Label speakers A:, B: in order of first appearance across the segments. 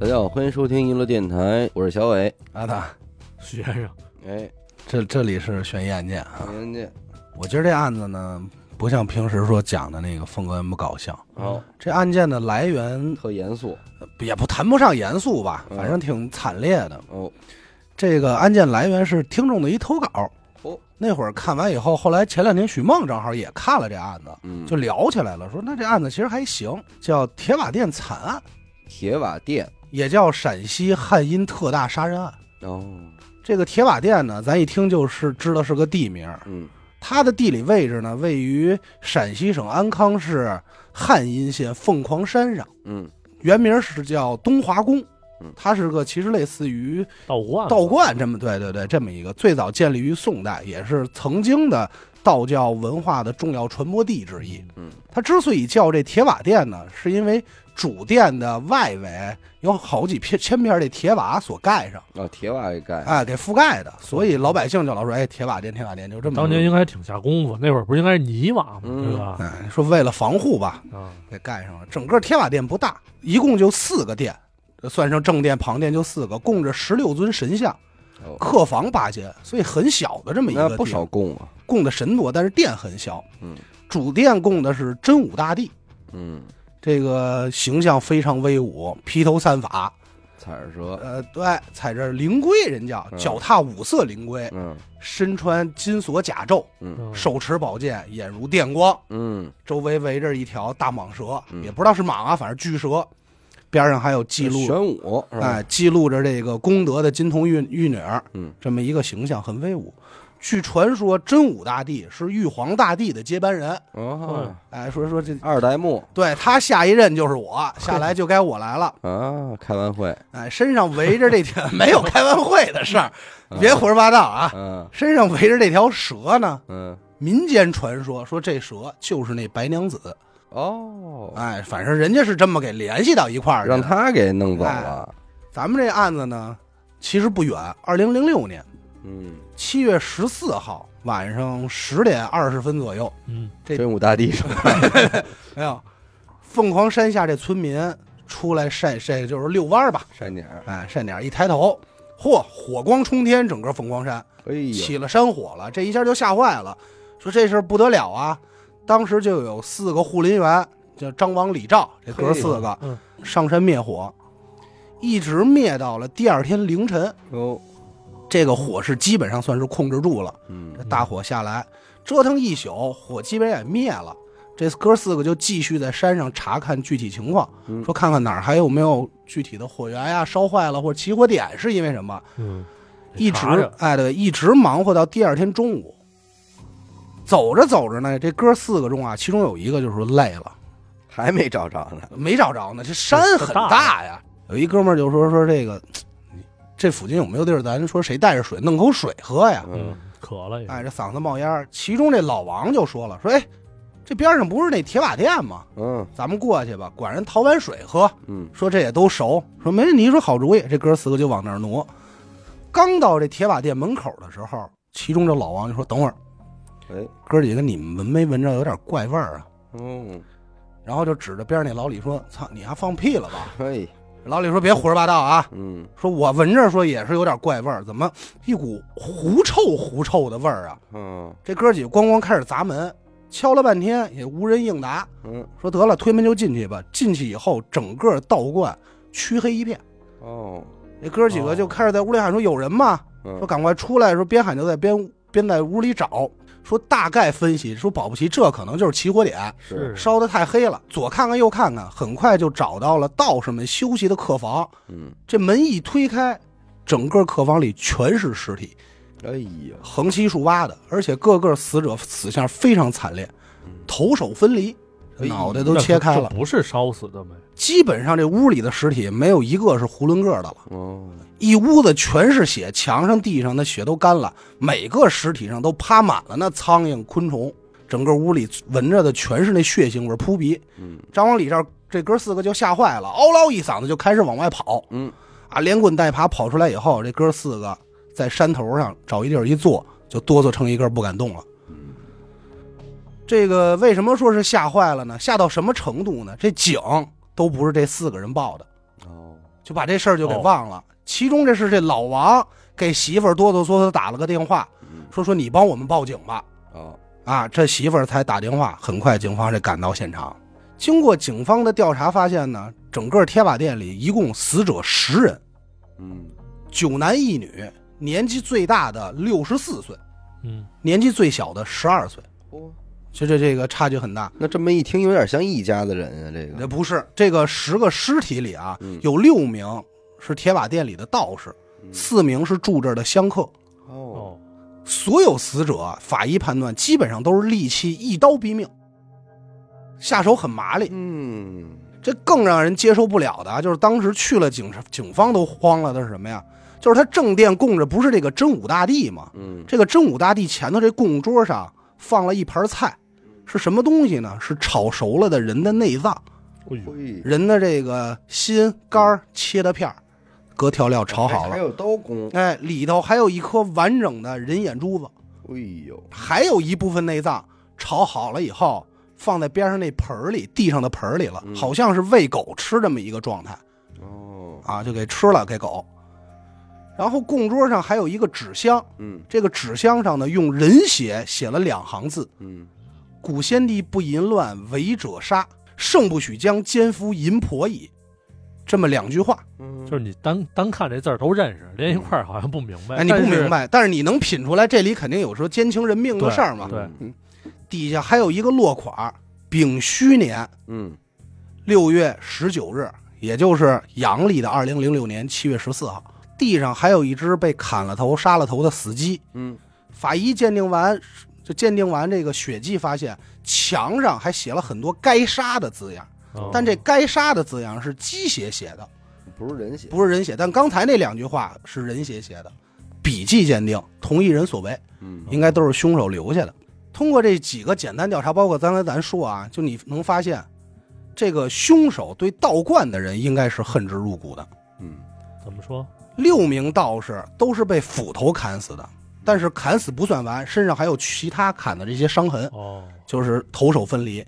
A: 大家好，欢迎收听娱乐电台，我是小伟。
B: 阿达，
C: 徐先生，
A: 哎，
B: 这这里是悬疑案件啊。
A: 明天见。
B: 我今儿这案子呢，不像平时说讲的那个风格那么搞笑。
A: 好，
B: 这案件的来源
A: 特严肃
B: 也不谈不上严肃吧，
A: 嗯
B: 反正挺惨烈的。
A: 哦。
B: 这个案件来源是听众的一投稿。
A: 哦，
B: 那会儿看完以后，后来前两天许梦正好也看了这案子，
A: 嗯，
B: 就聊起来了，说那这案子其实还行，叫铁瓦店惨案，
A: 铁瓦店。
B: 也叫陕西汉阴特大杀人案。
A: 哦，
B: 这个铁瓦店呢，咱一听就是知道是个地名，
A: 嗯，
B: 它的地理位置呢，位于陕西省安康市汉阴县凤凰山上，
A: 嗯，
B: 原名是叫东华宫
A: 嗯。
B: 它是个其实类似于
C: 道观，
B: 道，观这么对对对这么一个，最早建立于宋代，也是曾经的道教文化的重要传播地之一。
A: 嗯，
B: 它之所以叫这铁瓦殿呢，是因为主殿的外围有好几片千片这铁瓦所盖上，
A: 哦，铁瓦给盖。
B: 哎，给覆盖的，所以老百姓就老说哎铁瓦殿铁瓦殿就这么。
C: 当年应该挺下功
B: 嗯
C: 夫，那会儿不是应该是泥瓦吗？
A: 嗯
C: 对吧？
B: 哎，说为了防护吧，
C: 啊，
B: 给盖上了。整个铁瓦殿不大，一共就四个殿，算上正殿、旁殿就四个，供着十六尊神像，
A: 哦，
B: 客房八间，所以很小的这么一个
A: 那
B: 地
A: 不少供啊。
B: 供的神多，但是殿很小。
A: 嗯，
B: 主殿供的是真武大帝，
A: 嗯，
B: 这个形象非常威武，披头散发，
A: 啊踩着蛇。
B: 呃，对，踩着灵龟，人叫
A: 嗯
B: 脚踏五色灵龟，
A: 嗯
B: 身穿金锁甲胄，
A: 嗯
C: 嗯
B: 手持宝剑，眼如电光，
A: 嗯，
B: 周围围着一条大蟒蛇，
A: 嗯
B: 也不知道是蟒啊，反正巨蛇，边上还有记录，
A: 玄武是吧？
B: 哎，记录着这个功德的金童玉玉女儿，
A: 嗯，
B: 这么一个形象很威武。据传说，真武大帝是玉皇大帝的接班人，
A: 哦，
B: 哎，说说这，
A: 二代目
B: 对他下一任就是 我，下来就该我来了，
A: 啊，开完会，
B: 哎，身上围着这条没有开完会的事儿，
A: 啊
B: 别胡说八道啊，
A: 嗯
B: 身上围着这条蛇呢，
A: 嗯，
B: 民间传说说这蛇就是那白娘子，
A: 哦，
B: 哎，反正人家是这么给联系到一块儿去的
A: 让他给弄走了。
B: 咱们这案子呢，其实不远，二零零六年
A: 嗯，
B: 七月十四号晚上十点二十分左右，
C: 嗯，
B: 这
A: 真武大帝是吧？
B: 哎呦，凤凰山下这村民出来晒晒，就是遛弯儿吧，
A: 山顶儿，
B: 哎，晒点儿一抬头，嚯，火光冲天，整个凤凰山
A: 哎呦，
B: 起了山火了，这一下就吓坏了，说这事儿不得了啊！当时就有四个护林员，叫张王李赵，这哥四个
C: 嗯，
B: 上山灭火，一直灭到了第二天凌晨。
A: 哟，
B: 这个火是基本上算是控制住了。
A: 嗯
B: 这大火下来，折腾一宿，火基本也灭了。这哥四个就继续在山上查看具体情况，
A: 嗯
B: 说看看哪儿还有没有具体的火源呀、烧坏了或者起火点是因为什么。
C: 嗯，
B: 一直
C: 查着
B: 哎，对，一直忙活到第二天中午。走着走着呢，这哥四个中啊，其中有一个就说累了，
A: 还没找着呢。
B: 没找着呢。这山很大呀，有一哥们儿就说说这个，这附近有没有地儿咱说谁带着水弄口水喝呀？
A: 嗯
C: 嗯，渴了也，
B: 哎，这嗓子冒烟儿。其中这老王就说了，说哎，这边上不是那铁瓦店吗？
A: 嗯
B: 咱们过去吧，管人讨碗水喝。
A: 嗯，
B: 说这也都熟，说没问题，说好主意。这哥四个就往那儿挪。刚到这铁瓦店门口的时候，其中这老王就说：“等会儿，
A: 哎，
B: 哥几个，你们闻没闻着有点怪味儿啊
A: 哦，？”
B: 然后就指着边上那老李说：“操，你还放屁了吧
A: 嘿，？”
B: 老李说：“别胡说八道啊！
A: 嗯，
B: 说我闻着说也是有点怪味儿，怎么一股狐臭狐臭的味儿啊？”
A: 嗯
B: 这哥几个咣咣开始砸门，敲了半天也无人应答，
A: 嗯，
B: 说得了，推门就进去吧。进去以后，整个道观黢黑一片。
A: 哦，
B: 这哥几个就开始在屋里喊说：“有人吗？”说
A: 嗯
B: 赶快出来！说边喊就在边边在屋里找。说大概分析，说保不齐这可能就是起火点，
A: 是，
B: 烧得太黑了。左看看右看看，很快就找到了道士们休息的客房。
A: 嗯，
B: 这门一推开，整个客房里全是尸体。
A: 哎呦，
B: 横七竖八的，而且各个死者死相非常惨烈，头手分离，
A: 哎呦
B: 脑袋都切开
C: 嗯那
B: 了
C: 这，不是烧死的呗？
B: 基本上这屋里的尸体没有一个是囫囵个的了，
A: 哦，
B: 一屋子全是血，墙上地上的血都干了，每个尸体上都趴满了那苍蝇昆虫，整个屋里闻着的全是那血腥味儿扑鼻。
A: 嗯
B: 张王李这儿这哥四个就吓坏了，嗷唠一嗓子就开始往外跑，
A: 嗯，
B: 啊，连滚带爬跑出来以后，这哥四个在山头上找一地儿一坐，就哆嗦成一根不敢动了。
A: 嗯
B: 这个为什么说是吓坏了呢？吓到什么程度呢？这井都不是这四个人报的，
A: 哦，
B: 就把这事儿就给忘了。其中这是这老王给媳妇儿哆哆嗦嗦打了个电话，
A: 嗯
B: 说说你帮我们报警吧。
A: 哦，
B: 啊，这媳妇儿才打电话，很快警方这赶到现场。经过警方的调查发现呢，整个铁瓦店里一共死者十人，
A: 嗯
B: 九男一女，年纪最大的六十四岁，
C: 嗯，
B: 年纪最小的十二岁，
A: 嚯，
B: 就这这个差距很大。
A: 哦那这么一听有点像一家子人啊，这
B: 呃，
A: 个
B: 不是这个十个尸体里啊，
A: 嗯
B: 有六名是铁瓦店里的道士，
A: 嗯
B: 四名是住这儿的香客。
A: 哦
C: 哦，
B: 所有死者，法医判断基本上都是利器一刀毙命，下手很麻利。
A: 嗯
B: 这更让人接受不了的啊，就是当时去了警察警方都慌了的是什么呀？就是他正殿供着不是这个真武大帝吗？
A: 嗯
B: 这个真武大帝前头这供桌上放了一盘菜，是什么东西呢？是炒熟了的人的内脏，
C: 哎
B: 哦
C: 呦，
A: 嘿
B: 人的这个心肝儿切的片儿，搁调料炒好
A: 还
B: 了。
A: 有刀工，
B: 哎，里头还有一颗完整的人眼珠子，
A: 哎呦，
B: 还有一部分内脏炒好了以后放在边上那盆儿里，地上的盆儿里了，
A: 嗯
B: 好像是喂狗吃这么一个状态。
A: 哦，
B: 啊，就给吃了给狗。然后供桌上还有一个纸箱，
A: 嗯
B: 这个纸箱上呢用人血写了两行字
A: 嗯，：“
B: 古先帝不淫乱，违者杀，圣不许将奸夫淫婆矣。”这么两句话，
A: 嗯
C: 就是你单单看这字儿都认识，连一块儿好像不明白。
B: 嗯哎，你不
C: 但是
B: 明白，但是你能品出来，这里肯定有说奸情人命的事儿嘛。
C: 对
A: 嗯
B: 底下还有一个落款儿：丙戌年
A: 嗯
B: 六月十九日，也就是阳历的二零零六年七月十四号。地上还有一只被砍了头、杀了头的死鸡，
A: 嗯，
B: 法医鉴定完，就鉴定完这个血迹，发现墙上还写了很多“该杀”的字样，
C: 哦
B: 但这“该杀”的字样是鸡血写的，
A: 不是人血，
B: 不是人血。但刚才那两句话是人血写的，笔迹鉴定同一人所为，
A: 嗯
B: 应该都是凶手留下的。通过这几个简单调查，包括刚才咱说啊，就你能发现，这个凶手对道观的人应该是恨之入骨的。
A: 嗯
C: 怎么说？
B: 六名道士都是被斧头砍死的，但是砍死不算完，身上还有其他砍的这些伤痕，
C: 哦，
B: 就是头手分离。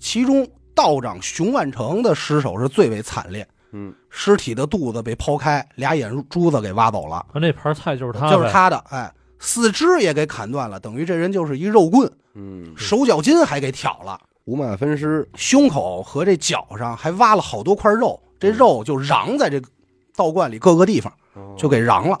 B: 其中道长熊万成的尸首是最为惨烈，
A: 嗯
B: 尸体的肚子被剖开，俩眼珠子给挖走了，
C: 那那盘菜就是他呗，
B: 就是他的，哎，四肢也给砍断了，等于这人就是一肉棍，
A: 嗯，
B: 手脚筋还给挑了，
A: 五马分尸，
B: 胸口和这脚上还挖了好多块肉，这肉就瓤在这个道观里各个地方。
A: 哦
B: 就给瓤了，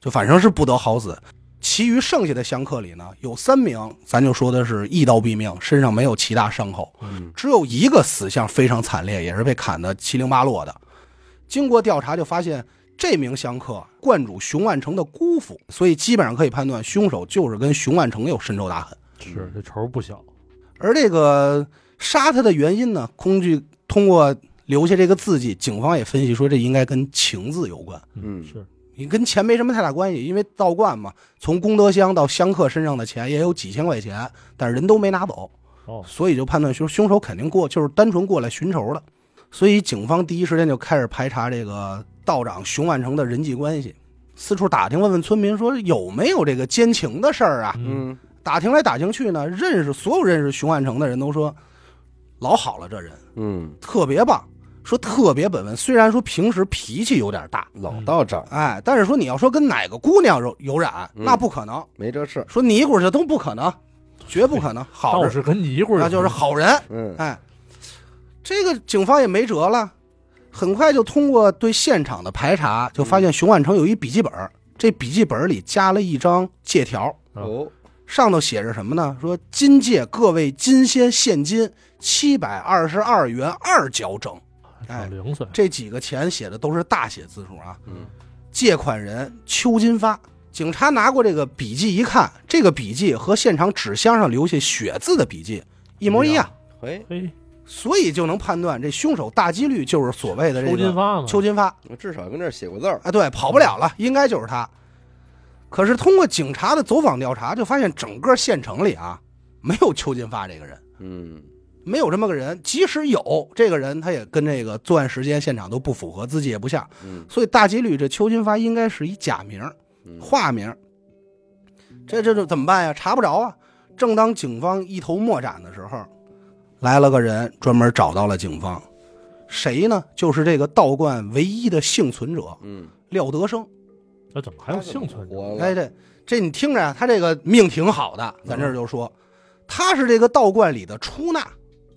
B: 就反正是不得好死。其余剩下的香客里呢，有三名，咱就说的是一刀毙命，身上没有其他伤口，
A: 嗯
B: 只有一个死相非常惨烈，也是被砍得七零八落的。经过调查，就发现这名香客观主熊万成的姑父，所以基本上可以判断凶手就是跟熊万成有深仇大恨。
C: 是这仇不小。
B: 而这个杀他的原因呢，根据通过留下这个字迹，警方也分析说，这应该跟情字有关。
A: 嗯
C: 是
B: 你跟钱没什么太大关系，因为道观嘛，从功德箱到香客身上的钱也有几千块钱，但是人都没拿走，
C: 哦，
B: 所以就判断凶凶手肯定过就是单纯过来寻仇的，所以警方第一时间就开始排查这个道长熊万成的人际关系，四处打听问问村民说有没有这个奸情的事儿啊？
C: 嗯，
A: 嗯
B: 打听来打听去呢，认识所有认识熊万成的人都说老好了，这人
A: 嗯，
B: 特别棒，说特别本分，虽然说平时脾气有点大。
A: 老
C: 嗯
A: 道长
B: 哎，但是说你要说跟哪个姑娘有有染，
A: 嗯
B: 那不可能。
A: 没这事儿，
B: 说尼姑这都不可能，绝不 可能。好
C: 道
B: 人，
C: 士跟你一会儿
B: 那就是好人。
A: 嗯
B: 哎，这个警方也没辙了，很快就通过对现场的排查，就发现熊万成有一笔记本，这笔记本里加了一张借条，
C: 啊
A: 哦，
B: 上头写着什么呢？说今借各位金仙现金七百二十二元二角整。哎
C: 长零岁，
B: 这几个钱写的都是大写字数啊。
A: 嗯，
B: 借款人邱金发。警察拿过这个笔记一看，这个笔记和现场纸箱上留下血字的笔记一模一样，
A: 嘿，
C: 嘿，
B: 所以就能判断这凶手大几率就是所谓的这
C: 抽
B: 个
C: 金发嘛，
B: 邱金发。
A: 我至少跟这儿写过字儿，
B: 啊，对，跑不了了，应该就是他。可是通过警察的走访调查，就发现整个县城里啊，没有邱金发这个人，
A: 嗯
B: 没有这么个人。即使有这个人，他也跟这个作案时间、现场都不符合，字迹也不像。
A: 嗯
B: 所以大几率这邱金发应该是一假名儿、
A: 嗯
B: 化名儿。这这这怎么办呀？查不着啊！正当警方一头莫展的时候，来了个人专门找到了警方，谁呢？就是这个道观唯一的幸存者
A: 嗯，
B: 廖德生。
C: 那怎么还有幸存者？
A: 活了，
B: 哎，这这你听着啊，他这个命挺好的，咱这儿就说，他是这个道观里的出纳，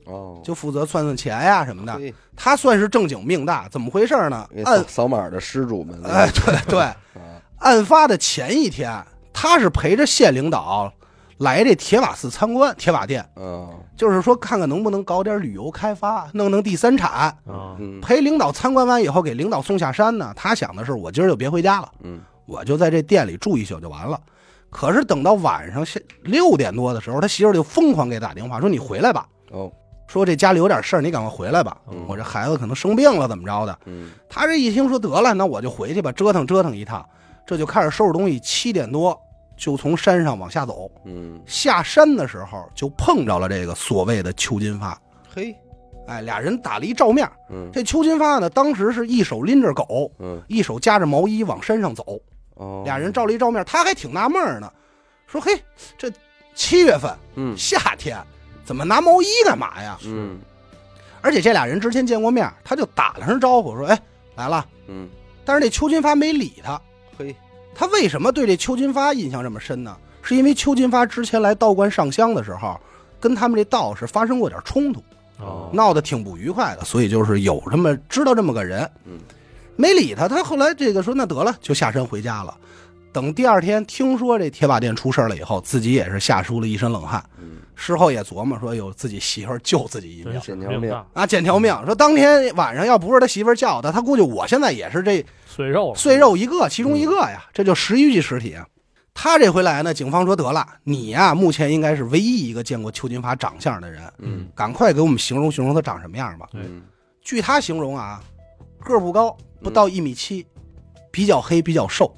A: 哦，
B: 就负责算算钱呀、什么的。
A: 嘿
B: 他算是正经命大，怎么回事呢
A: 给？扫
B: 案
A: 扫码的失主们，
B: 哎，对对，
A: 啊，
B: 案发的前一天，他是陪着县领导来这铁瓦寺参观铁瓦店，
A: 嗯
B: 就是说看看能不能搞点旅游开发，弄弄第三产。
C: 啊，
A: 嗯
B: 陪领导参观完以后，给领导送下山呢。他想的是，我今儿就别回家了，
A: 嗯，
B: 我就在这店里住一宿就完了。可是等到晚上下六点多的时候，他媳妇儿就疯狂给打电话说：“你回来吧，
A: 哦，
B: 说这家里有点事儿，你赶快回来吧。
A: 嗯
B: 我这孩子可能生病了，怎么着的？”
A: 嗯
B: 他这一听说得了，那我就回去吧，折腾折腾一趟，这就开始收拾东西。七点多就从山上往下走，
A: 嗯，
B: 下山的时候就碰着了这个所谓的邱金发。
A: 嘿，
B: 哎，俩人打了一照面。
A: 嗯
B: 这邱金发呢，当时是一手拎着狗，
A: 嗯，
B: 一手夹着毛衣往山上走。
A: 哦，
B: 俩人照了一照面，他还挺纳闷儿呢，说：“嘿，这七月份
A: 嗯
B: 夏天，怎么拿毛衣干嘛呀
A: 嗯？”
B: 而且这俩人之前见过面，他就打了声招呼说：“哎，来了。”
A: 嗯，
B: 但是这邱金发没理他。
A: 嘿，
B: 他为什么对这邱金发印象这么深呢？是因为邱金发之前来道观上香的时候，跟他们这道士发生过点冲突，
C: 哦，
B: 闹得挺不愉快的，所以就是有这么知道这么个人，
A: 嗯，
B: 没理他。他后来这个说那得了，就下山回家了。等第二天听说这铁瓦店出事儿了以后，自己也是吓出了一身冷汗。
A: 嗯
B: 事后也琢磨说，有自己媳妇儿救自己一命
C: 真是
A: 命
C: 命大，
B: 啊，捡条命。说当天晚上要不是他媳妇儿叫他，他估计我现在也是这
C: 碎肉了，
B: 碎肉一个，其中一个呀，这就十余具尸体啊。他这回来呢，警方说得了，你呀、目前应该是唯一一个见过邱金发长相的人，
A: 嗯
B: 赶快给我们形容形容他长什么样吧。
A: 嗯
B: 据他形容啊，个儿不高，不到一米七，比较黑，比较瘦，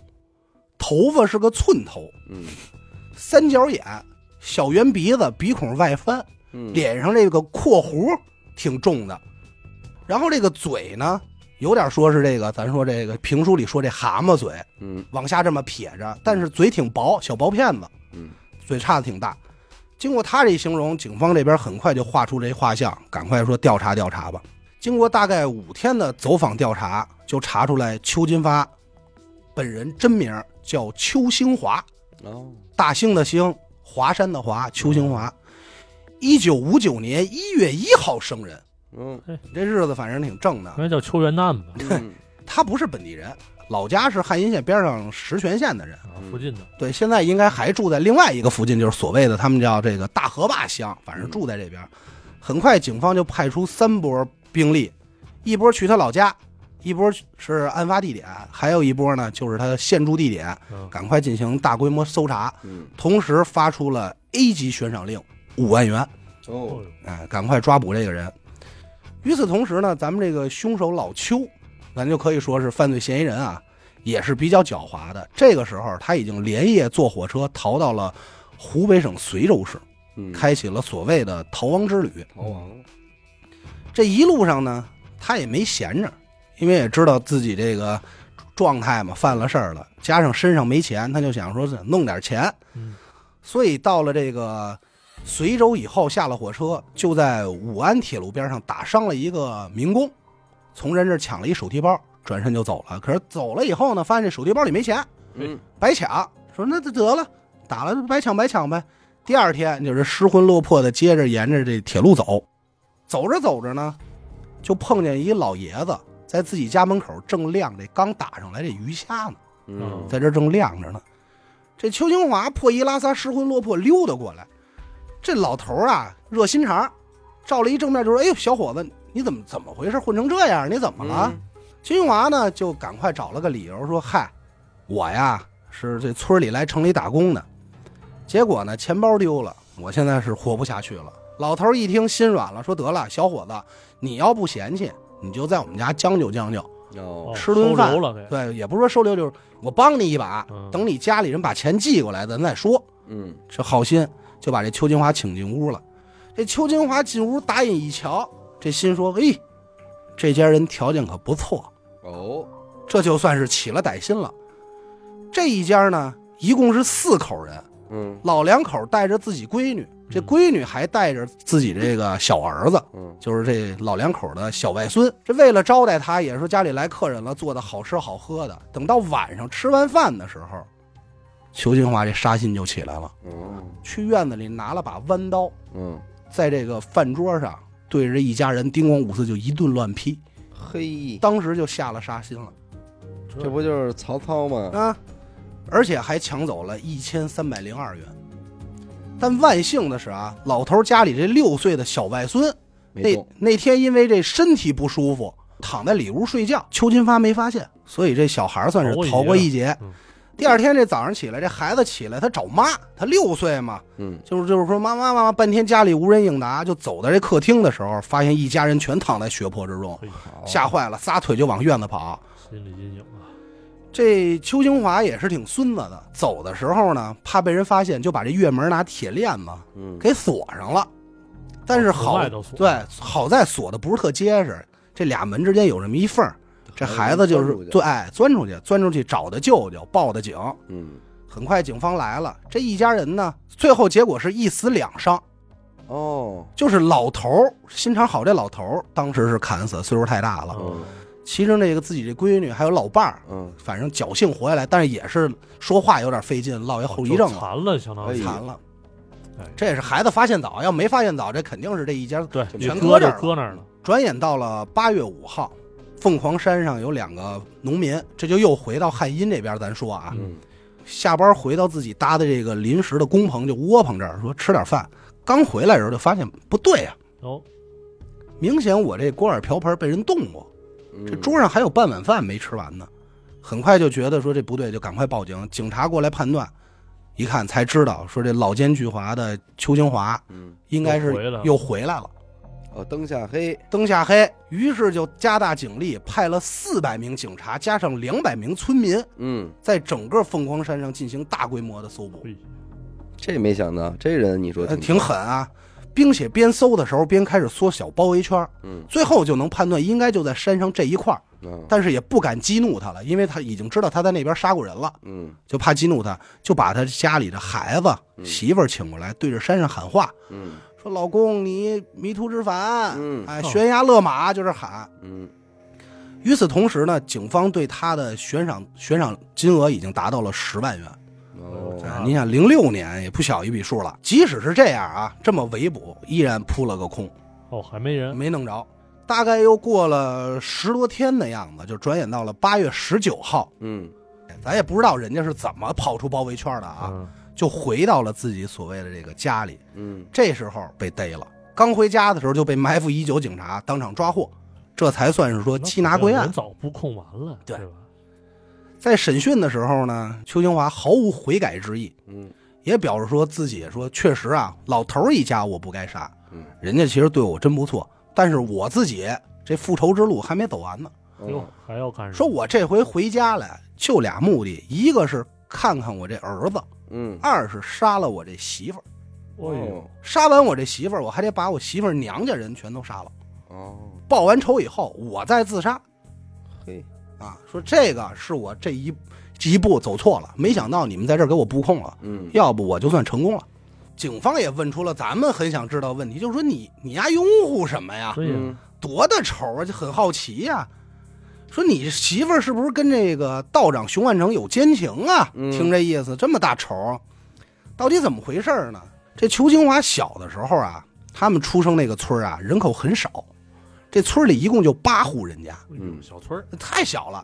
B: 头发是个寸头，
A: 嗯
B: 三角眼，小圆鼻子，鼻孔外翻，
A: 嗯，
B: 脸上这个括弧挺重的，然后这个嘴呢，有点说是这个，咱说这个评书里说这蛤蟆嘴，
A: 嗯
B: 往下这么撇着，但是嘴挺薄，小薄片子，
A: 嗯
B: 嘴叉子挺大。经过他这一形容，警方这边很快就画出这画像，赶快说调查调查吧。经过大概五天的走访调查，就查出来邱金发本人真名叫邱兴华，
A: 哦，
B: 大兴的兴，华山的华，邱兴华，一九五九年一月一号生人，
A: 嗯
B: 这日子反正挺正的
C: 应。该叫秋元蛋吧，
A: 嗯
B: 他不是本地人，老家是汉阴县边上石泉县的人。
C: 啊
A: 嗯
C: 附近的，
B: 对，现在应该还住在另外一个附近，就是所谓的他们叫这个大河坝乡，反正住在这边。很快，警方就派出三波兵力，一波去他老家，一波是案发地点，还有一波呢就是他现住地点，
C: 嗯，
B: 赶快进行大规模搜查，
A: 嗯
B: 同时发出了 A 级悬赏令五万元，
A: 哦，
B: 哎，赶快抓捕这个人。与此同时呢，咱们这个凶手老邱，咱就可以说是犯罪嫌疑人啊，也是比较狡猾的。这个时候，他已经连夜坐火车逃到了湖北省随州市，
A: 嗯，
B: 开启了所谓的逃亡之旅。
A: 逃亡了，
B: 这一路上呢，他也没闲着，因为也知道自己这个状态嘛，犯了事儿了，加上身上没钱，他就想说是弄点钱。
C: 嗯
B: 所以到了这个随州以后，下了火车，就在武安铁路边上打伤了一个民工，从人这儿抢了一手提包，转身就走了。可是走了以后呢，发现这手提包里没钱，
A: 嗯
B: 白抢，说那就得了，打了就白抢白抢呗。第二天就是失魂落魄的，接着沿着这铁路走，走着走着呢，就碰见一老爷子在自己家门口正晾这刚打上来这鱼虾呢，
C: 哦
A: 嗯，
B: 在这正晾着呢。这邱清华破衣拉撒，失魂落魄溜达过来，这老头儿啊热心肠，照了一正面就说：“哎呦，小伙子，你怎么怎么回事？混成这样，你怎么
A: 嗯
B: 了？”金永华呢就赶快找了个理由说：“嗨，我呀是这村里来城里打工的，结果呢钱包丢了，我现在是活不下去了。”老头一听心软了，说：“得了，小伙子，你要不嫌弃，你就在我们家将就将就。
A: 哦
C: 哦，
B: 吃顿饭
C: 收留了给，
B: 对，也不是说收留，就是我帮你一把
C: 嗯，
B: 等你家里人把钱寄过来，咱再说。”
A: 嗯
B: 这好心就把这邱金华请进屋了。这邱金华进屋打眼一瞧，这心说：“嘿，这家人条件可不错。”
A: 哦，
B: 这就算是起了歹心了。这一家呢，一共是四口人，
A: 嗯
B: 老两口带着自己闺女，这闺女还带着自己这个小儿子，
A: 嗯
B: 就是这老两口的小外孙。这为了招待他，也是说家里来客人了，做的好吃好喝的。等到晚上吃完饭的时候，裘金华这杀心就起来了，
A: 嗯
B: 去院子里拿了把弯刀，
A: 嗯，
B: 在这个饭桌上对着这一家人叮咣五四就一顿乱劈，
A: 嘿，
B: 当时就下了杀心了
A: 这不就是曹操吗？
B: 啊！而且还抢走了一千三百零二元。但万幸的是啊，老头家里这六岁的小外孙
A: 没
B: 那
A: 动，
B: 那天因为这身体不舒服，躺在里屋睡觉，邱金发没发现，所以这小孩算是逃
C: 逃
B: 过
C: 过
B: 一
C: 一
B: 劫
C: 嗯。
B: 第二天这早上起来，这孩子起来，他找妈，他六岁嘛，
A: 嗯，
B: 就是就是说妈妈妈妈，半天家里无人应答，就走到这客厅的时候，发现一家人全躺在血泊之中，
C: 嘿
A: 好
B: 吓坏了，撒腿就往院子跑。
C: 心理阴影啊，
B: 这邱清华也是挺孙子的，走的时候呢，怕被人发现，就把这院门拿铁链子
A: 嗯，
B: 给锁上了。但是好
C: 从外头哦锁
B: 对，好在锁的不是特结实，这俩门之间有这么一缝儿，这孩子就
A: 钻出
B: 是
A: 去
B: 对，哎，钻出去，钻出去找的舅舅，报的警。
A: 嗯，
B: 很快警方来了，这一家人呢，最后结果是一死两伤，
A: 哦，
B: 就是老头儿心肠好，这老头儿当时是砍死，岁数太大了。
A: 嗯
B: 其中那个自己这闺女还有老伴儿，
A: 嗯，
B: 反正侥幸活下来，但是也是说话有点费劲，落一后遗症
C: 就
B: 了，
C: 残了，相当于
A: 哎
B: 残了
C: 哦哎。
B: 这也是孩子发现早，要没发现早，这肯定是这一家
C: 对，
A: 全
C: 你
B: 搁
C: 搁
B: 这
C: 就
B: 儿了
C: 搁那儿了，
B: 转眼到了八月五号，凤凰山上有两个农民，这就又回到汉阴这边。咱说啊，
A: 嗯
B: 下班回到自己搭的这个临时的工棚，就窝棚这儿说吃点饭。刚回来的时候就发现不对啊，
C: 哦，
B: 明显我这锅碗瓢盆被人动过，
A: 嗯
B: 这桌上还有半碗饭没吃完呢。很快就觉得说这不对，就赶快报警。警察过来判断，一看才知道说这老奸巨猾的邱清华
A: 嗯，
B: 应该是
C: 又回来了
B: 又回来了。
A: 哦，灯下黑，
B: 灯下黑，于是就加大警力，派了四百名警察，加上两百名村民，
A: 嗯，
B: 在整个凤凰山上进行大规模的搜捕，
C: 嘿
A: 这没想到，这人你说
B: 呃，挺，狠啊，并且边搜的时候边开始缩小包围圈，
A: 嗯
B: 最后就能判断应该就在山上这一块儿，
A: 嗯
B: 但是也不敢激怒他了，因为他已经知道他在那边杀过人了，
A: 嗯
B: 就怕激怒他，就把他家里的孩子、
A: 嗯
B: 媳妇儿请过来，对着山上喊话，
A: 嗯
B: 说：“老公，你迷途知返，
A: 嗯
B: 哎，
C: 哦
B: 悬崖勒马，就是喊。”
A: 嗯，
B: 与此同时呢，警方对他的悬赏悬赏金额已经达到了十万元。
A: 哦，
C: 啊
B: 你想，零六年也不小一笔数了。即使是这样啊，这么围捕，依然扑了个空，
C: 哦，还没
A: 嗯
C: 人，
B: 没弄着。大概又过了十多天的样子，就转眼到了八月十九号。
A: 嗯
B: 咱也不知道人家是怎么跑出包围圈的啊，
C: 嗯，
B: 就回到了自己所谓的这个家里。
A: 嗯
B: 这时候被逮了，刚回家的时候就被埋伏已久警察当场抓获，这才算是说
C: 那
B: 缉拿归案
C: 人。早布控完了，
B: 对
C: 吧？
B: 在审讯的时候呢，邱清华毫无悔改之意，
A: 嗯
B: 也表示说自己说确实啊，老头儿一家我不该杀，
A: 嗯，
B: 人家其实对我真不错，但是我自己这复仇之路还没走完呢。
A: 哦
C: 哟，还要干什么？
B: 说我这回回家来就俩目的，一个是看看我这儿子，
A: 嗯，
B: 二是杀了我这媳妇儿。
C: 哎呦，
B: 杀完我这媳妇儿，我还得把我媳妇儿娘家人全都杀了。
A: 哦，
B: 报完仇以后，我再自杀
A: 嘿，
B: 啊！说这个是我这一这一步走错了，没想到你们在这儿给我布控了。
A: 嗯
B: 要不我就算成功了。警方也问出了咱们很想知道的问题，就是说你你丫拥护什么呀？
C: 对哎呀，
A: 嗯
B: 多大仇啊？就很好奇呀、说你媳妇儿是不是跟这个道长熊万成有奸情啊？
A: 嗯
B: 听这意思，这么大仇，到底怎么回事呢？这裘清华小的时候啊，他们出生那个村儿啊，人口很少，这村里一共就八户人家，
C: 哎呦小村儿，
B: 太小了。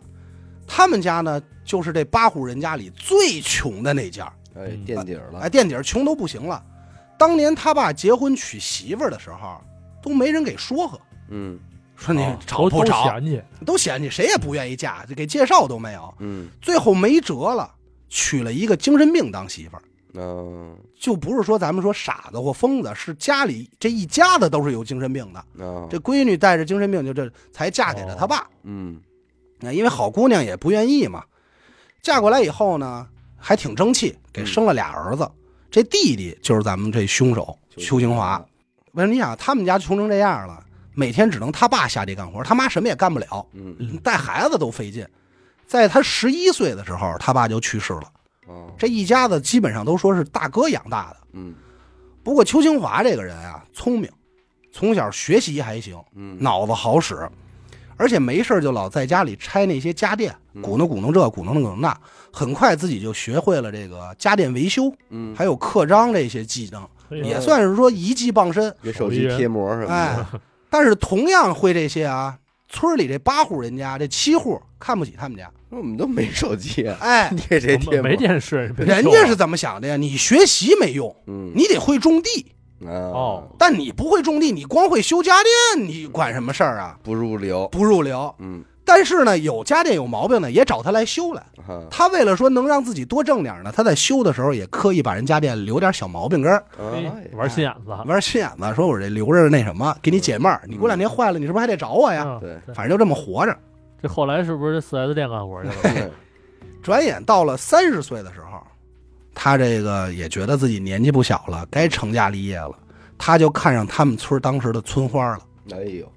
B: 他们家呢，就是这八户人家里最穷的那家儿。
C: 啊
A: 哎，垫底儿了
B: 哎，，垫底儿穷都不行了。当年他爸结婚娶媳妇儿的时候，都没人给说和，
A: 嗯
B: 说你
C: 哦
B: 找
C: 都
B: 不
C: 都
B: 找，
C: 嫌弃，
B: 都嫌弃，谁也不愿意嫁，就给介绍都没有。
A: 嗯
B: 最后没辙了，娶了一个精神病当媳妇儿，
A: 嗯
B: 就不是说咱们说傻子或疯子，是家里这一家子都是有精神病的。
A: 嗯，
B: 这闺女带着精神病，就这才嫁给了他爸。
A: 嗯
B: 啊，因为好姑娘也不愿意嘛。嫁过来以后呢，还挺争气，给生了俩儿子。这弟弟就是咱们这凶手邱清华。为什么你想他们家穷成这样了，每天只能他爸下地干活，他妈什么也干不了，
A: 嗯
B: 带孩子都费劲。在他十一岁的时候，他爸就去世了。
A: 哦，
B: 这一家子基本上都说是大哥养大的。
A: 嗯
B: 不过邱清华这个人啊，聪明，从小学习还行，
A: 嗯，
B: 脑子好使，而且没事儿就老在家里拆那些家电，
A: 嗯
B: 鼓弄鼓弄这，鼓弄鼓弄那，很快自己就学会了这个家电维修，
A: 嗯，
B: 还有刻章这些技能，
C: 嘿
B: 也算是说一技傍身。
A: 给手机贴膜什么
B: 哎
A: 的，，
B: 但是同样会这些啊，村里这八户人家，这七户看不起他们家，
A: 我们都没手机啊，
B: 哎。
A: 你给谁
C: 我
A: 贴
C: 们
A: 膜？
C: 没电视，别
B: 人
C: 说
B: 家
C: 了
B: 是怎么想的呀？你学习没用，
A: 嗯，
B: 你得会种地。
A: 啊
C: 哦，
B: 但你不会种地，你光会修家电，你管什么事儿啊？
A: 不入流，
B: 不入流。
A: 嗯，
B: 但是呢，有家电有毛病呢，也找他来修来。
A: 哈，
B: 他为了说能让自己多挣点儿呢，他在修的时候也刻意把人家电留点小毛病根儿，
C: 嘿
A: 哎
C: 玩心眼子了。
B: 玩心眼子，说我这留着那什么，给你解闷儿。你过两天坏了，你是不是还得找我哎呀？
C: 嗯
A: 对
B: 反正就这么活着。
C: 这后来是不是这四 S 店干活去了？
A: 哎
B: 转眼到了三十岁的时候，他这个也觉得自己年纪不小了，该成家立业了。他就看上他们村儿当时的村花了。
A: 哎呦，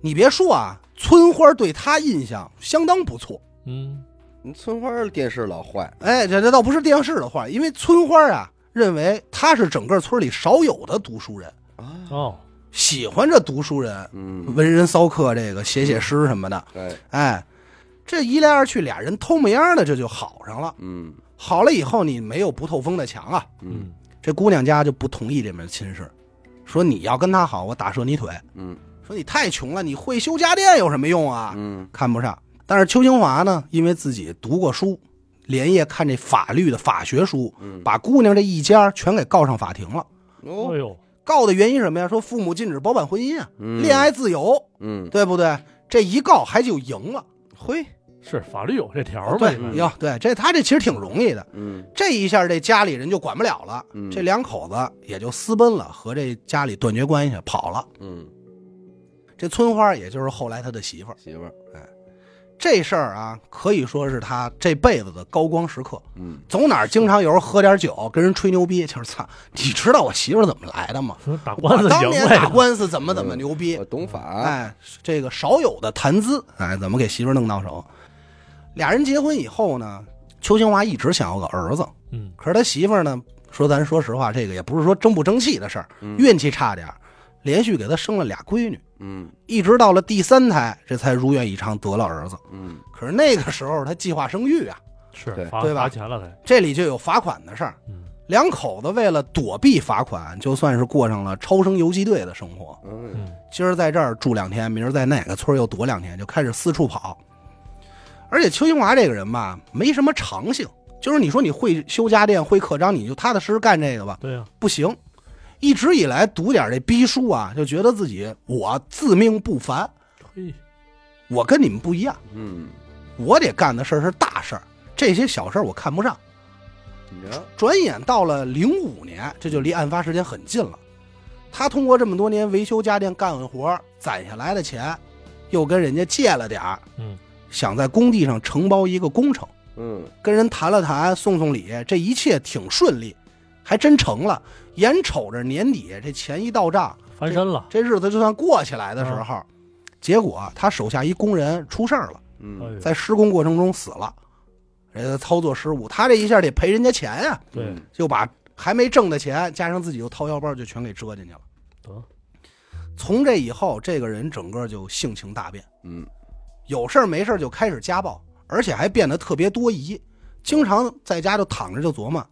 B: 你别说啊，村花对他印象相当不错。
C: 嗯，
A: 你村花电视老坏，
B: 哎，这这倒不是电视的话，因为村花啊认为他是整个村里少有的读书人，
A: 啊，
C: 哦，
B: 喜欢这读书人，
A: 嗯，
B: 文人骚客这个写写诗什么的。
A: 哎，
B: 哎，这一来二去，俩人偷摸样的这就好上了。
A: 嗯
B: 好了以后，你没有不透风的墙啊。
A: 嗯，
B: 这姑娘家就不同意这门亲事，说你要跟他好，我打折你腿；
A: 嗯
B: 说你太穷了，你会修家电有什么用啊？
A: 嗯，
B: 看不上。但是邱清华呢，因为自己读过书，连夜看这法律的法学书，
A: 嗯
B: 把姑娘这一家全给告上法庭了。
A: 哦
C: 哎，呦，
B: 告的原因什么呀？说父母禁止包办婚姻啊，
A: 嗯
B: 恋爱自由，
A: 嗯，
B: 对不对？这一告还就赢了。
A: 会，
C: 是法律有这条儿嘛？
B: 对
C: 你
A: 嗯
C: 们
B: 哟，对，这他这其实挺容易的。
A: 嗯
B: 这一下这家里人就管不了了，
A: 嗯
B: 这两口子也就私奔了，和这家里断绝关系，跑了。
A: 嗯，
B: 这村花也就是后来他的媳妇儿。
A: 媳妇儿，
B: 这事儿啊，可以说是他这辈子的高光时刻。
A: 嗯，
B: 走哪儿经常有时候喝点酒，跟人吹牛逼，就是操，你知道我媳妇儿怎么来的吗？
C: 打官司
B: 我当
C: 赢
B: 年打
C: 了，
B: 官司怎么怎么牛逼
A: 嗯我，懂法，
B: 哎，这个少有的谈资，哎，怎么给媳妇儿弄到手？俩人结婚以后呢，邱清华一直想要个儿子，
C: 嗯，
B: 可是他媳妇儿呢，说咱说实话，这个也不是说争不争气的事儿，
A: 嗯
B: 运气差点儿，连续给他生了俩闺女，
A: 嗯
B: 一直到了第三胎，这才如愿以偿得了儿子。
A: 嗯
B: 可是那个时候他计划生育啊，
C: 是
A: 对
C: 罚
B: 对吧
C: 罚钱了得。
B: 这里就有罚款的事儿。
C: 嗯，
B: 两口子为了躲避罚款，就算是过上了超生游击队的生活。
A: 嗯
C: 嗯，
B: 今儿在这儿住两天，明儿在哪个村儿又躲两天，就开始四处跑。而且邱清华这个人吧，没什么长性，就是你说你会修家电、会刻章，你就踏踏实实干这个吧，
C: 对呀，
B: 不行。一直以来读点这逼书啊，就觉得自己我自命不凡，
C: 嘿，
B: 我跟你们不一样，
A: 嗯，
B: 我得干的事儿是大事儿，这些小事儿我看不上。
A: 你知道，
B: 转眼到了零五年，这就离案发时间很近了。他通过这么多年维修家电干活儿攒下来的钱，又跟人家借了点儿，
C: 嗯，
B: 想在工地上承包一个工程，
A: 嗯
B: 跟人谈了谈，送送礼，这一切挺顺利，还真成了。眼瞅着年底这钱一到账，
C: 翻身了。
B: 这日子就算过起来的时候，结果他手下一工人出事儿了，
C: 哎
A: 嗯，
C: 呦，
B: 在施工过程中死了，人家操作失误，他这一下得赔人家钱呀、
C: 对，
B: 就把还没挣的钱加上自己又掏腰包，就全给折进去了。
C: 得，
B: 从这以后，这个人整个就性情大变，
A: 嗯
B: 有事儿没事儿就开始家暴，而且还变得特别多疑，经常在家就躺着就琢磨，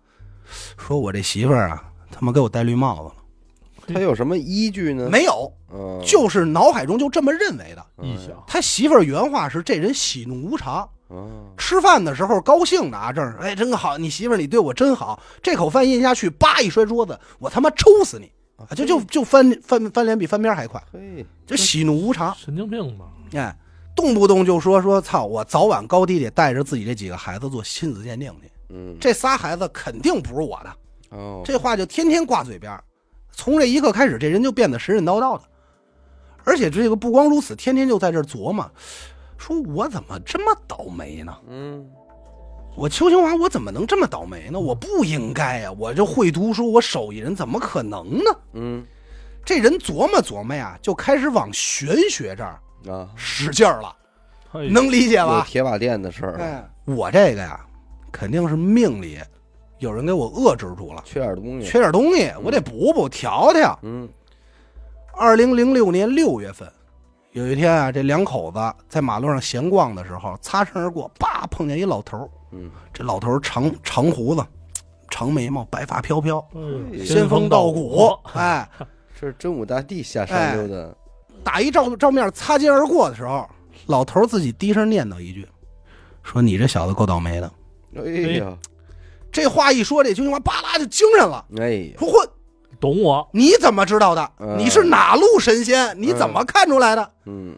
B: 说我这媳妇儿啊，他妈给我戴绿帽子了，
A: 他有什么依据呢？
B: 没有，
A: 嗯，
B: 就是脑海中就这么认为的。
A: 嗯
C: 一想，
B: 他媳妇儿原话是：“这人喜怒无常，
A: 嗯
B: 吃饭的时候高兴的啊，正是哎，真好，你媳妇儿你对我真好，这口饭咽下去，叭一摔桌子，我他妈抽死你！啊，就就就翻翻翻脸比翻边还快，
A: 嘿，
B: 就喜怒无常，
C: 神经病吧？
B: 哎，动不动就说说操，我早晚高低得带着自己这几个孩子做亲子鉴定去，
A: 嗯，
B: 这仨孩子肯定不是我的，
A: 哦，
B: 这话就天天挂嘴边儿。从这一刻开始，这人就变得神神叨叨的，而且这个不光如此，天天就在这儿琢磨，说我怎么这么倒霉呢？
A: 嗯
B: 我邱清华，我怎么能这么倒霉呢？我不应该呀、我就会读书，我手艺人，怎么可能呢？
A: 嗯
B: 这人琢磨琢磨呀，就开始往玄学这儿
A: 啊，
B: 使劲儿了，
C: 嘿，
B: 能理解
A: 哎有
B: 吧？哎
A: 铁瓦店的事儿，
B: 哎，我这个呀，肯定是命里有人给我遏制住了，
A: 缺点东西。
B: 缺点东西，我得补补调调。
A: 嗯，
B: 二零零六年六月份，有一天啊，这两口子在马路上闲逛的时候，擦身而过，叭碰见一老头儿
A: 嗯，
B: 这老头儿长长胡子，长眉毛，白发飘飘，
C: 哎
A: 嗯
B: 仙风道骨，哎，
A: 这是真武大帝下山溜达。
B: 打一照照面擦肩而过的时候，老头儿自己低声念叨一句，说：“你这小子够倒霉的。
A: 哎呀，”
B: 这话一说，这青蛙巴拉就精神了，
A: 哎呀，
B: 说：“混，
C: 懂我，
B: 你怎么知道的？
A: 嗯
B: 你是哪路神仙？你怎么看出来的？”
A: 嗯，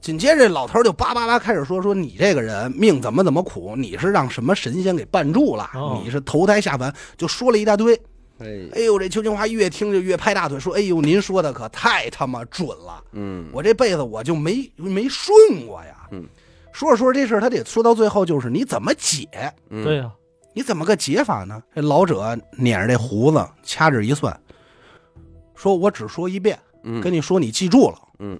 B: 紧接着，这老头儿就叭叭叭开始说：“说你这个人命怎么怎么苦，你是让什么神仙给绊住了，
C: 哦
B: 你是投胎下凡。”就说了一大堆。
A: 哎呀，
B: 哎呦，这邱清华越听就越拍大腿，说：“哎呦，您说的可太他妈准了！
A: 嗯，
B: 我这辈子我就没没顺过呀。”
A: 嗯，
B: 说着说着这事儿，他得说到最后就是你怎么解？
A: 嗯
C: 对，呀，
B: 你怎么个解法呢？这老者捻着这胡子，掐指一算，说：“我只说一遍，
A: 嗯，
B: 跟你说，你记住了。
A: 嗯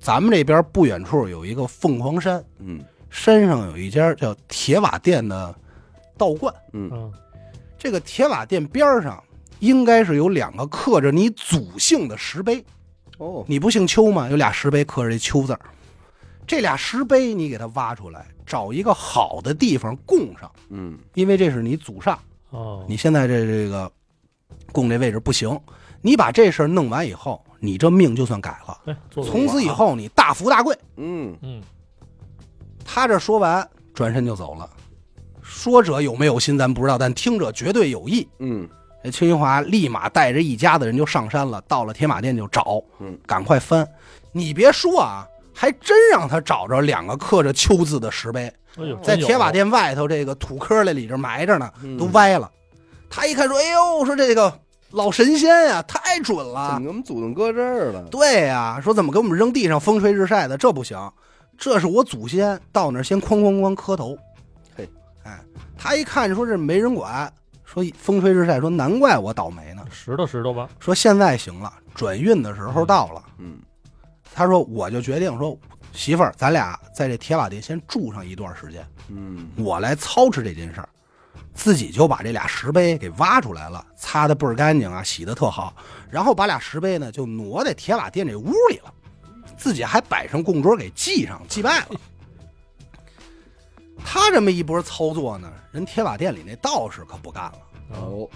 B: 咱们这边不远处有一个凤凰山，
A: 嗯
B: 山上有一家叫铁瓦店的道观。
A: 嗯
C: 嗯，
B: 这个铁瓦店边儿上应该是有两个刻着你祖姓的石碑。
A: 哦，
B: 你不姓邱吗？有俩石碑刻着这“邱”字儿。这俩石碑你给它挖出来，找一个好的地方供上，
A: 嗯
B: 因为这是你祖上。
C: 哦，
B: 你现在这这个供这位置不行，你把这事儿弄完以后，你这命就算改了。
C: 哎，坐坐
B: 从此以，后你大富大贵。
A: 嗯，
C: 嗯，
B: 他这说完，转身就走了。说者有没有心，咱不知道，但听者绝对有意。
A: 嗯
B: 这邱清华立马带着一家子人就上山了，到了铁马店就找，
A: 嗯，
B: 赶快翻。你别说啊，还真让他找着两个刻着“秋”字的石碑，
C: 哎呦，
B: 在
C: 真有
B: 铁瓦店外头这个土坑里里这埋着呢，
A: 嗯
B: 都歪了。他一看说：“哎呦，说这个老神仙呀、太准了！
A: 怎么给我们祖宗搁这儿了？
B: 对呀、说怎么给我们扔地上风吹日晒的，这不行，这是我祖先到那儿先哐哐哐磕头。
A: 嘿，
B: 哎，他一看说这没人管，说风吹日晒，说难怪我倒霉呢。
C: 石头石头吧，
B: 说现在行了，转运的时候到了。
A: 嗯
B: 他说我就决定说，媳妇儿，咱俩在这铁瓦店先住上一段时间，
A: 嗯
B: 我来操持这件事儿。自己就把这俩石碑给挖出来了，擦的倍儿干净啊，洗的特好。然后把俩石碑呢就挪在铁瓦店这屋里了，自己还摆上供桌给祭上，祭拜了。他这么一波操作呢，人铁瓦店里那道士可不干了，
C: 哦，
A: 哦，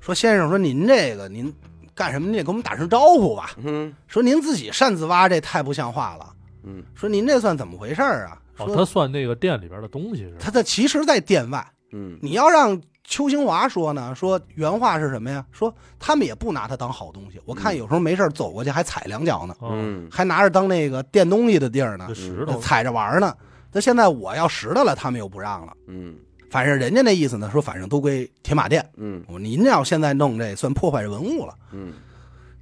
B: 说先生说您这个您干什么？您得给我们打声招呼吧。
A: 嗯
B: 说您自己擅自挖这太不像话了。
A: 嗯
B: 说您这算怎么回事儿啊？
C: 哦
B: 说
C: 他算那个店里边的东西是吧？
B: 他在其实，在店外，
A: 嗯，
B: 你要让邱兴华说呢，说原话是什么呀？说他们也不拿他当好东西。我看有时候没事儿走过去还踩两脚呢，
C: 哦，
A: 嗯
B: 还拿着当那个垫东西的地儿呢
C: 这，石头，
B: 踩着玩儿呢。那现在我要拾掇了，他们又不让了。
A: 嗯
B: 反正人家那意思呢，说反正都归铁马店。
A: 嗯
B: 我您要现在弄这，算破坏文物了。
A: 嗯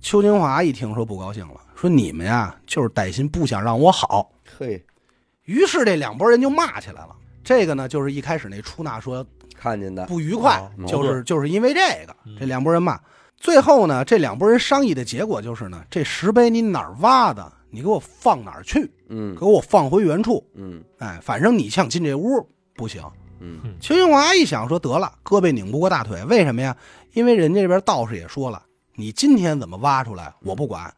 B: 邱金华一听说不高兴了，说你们呀就是歹心不想让我好。
A: 嘿，
B: 于是这两拨人就骂起来了。这个呢，就是一开始那出纳说
A: 看见的，
B: 不愉快
C: 啊，
B: 就
C: 矛
B: 是就是因为这个
C: 嗯，
B: 这两拨人骂。最后呢，这两拨人商议的结果就是呢，这石碑你哪儿挖的，你给我放哪儿去，
A: 嗯
B: 给我放回原处。
A: 嗯
B: 哎，反正你想进这屋不行。
A: 嗯
B: 邱清华一想说，得了，胳膊拧不过大腿，为什么呀？因为人家这边道士也说了，你今天怎么挖出来，我不管，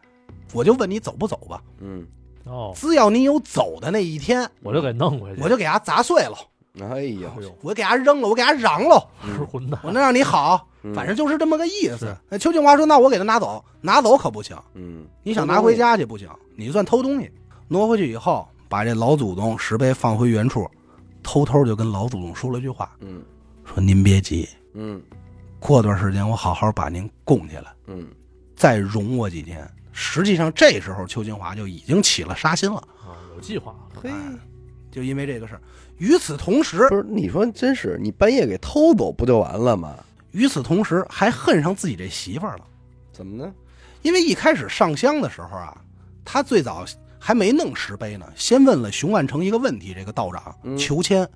B: 我就问你走不走吧。
A: 嗯，
C: 哦，
B: 只要你有走的那一天，
C: 我就给弄回去，
B: 我就给它砸碎了，
A: 哎呀
C: 哎，呦，
B: 我给它扔了，我给它嚷了，
C: 是混蛋，
B: 我能让你好。
A: 嗯
B: 反正就是这么个意思
C: 是。
B: 那邱庆华说：“那我给他拿走，拿走可不行，
A: 嗯，
B: 你想拿回家去不行，你算偷东西。挪回去以后，把这老祖宗石碑放回原处，偷偷就跟老祖宗说了句话
A: 嗯，：‘
B: 说您别急，
A: 嗯
B: 过段时间我好好把您供起来，
A: 嗯
B: 再容我几天。’实际上这时候邱清华就已经起了杀心了，
C: 啊，有计划，
A: 嗯，嘿，
B: 就因为这个事儿。与此同时，
A: 不是，你说真是，你半夜给偷走不就完了吗？
B: 与此同时还恨上自己这媳妇儿了。”
A: 怎么呢？
B: 因为一开始上香的时候啊，他最早还没弄石碑呢，先问了熊万成一个问题，这个道长
A: 嗯
B: 求签，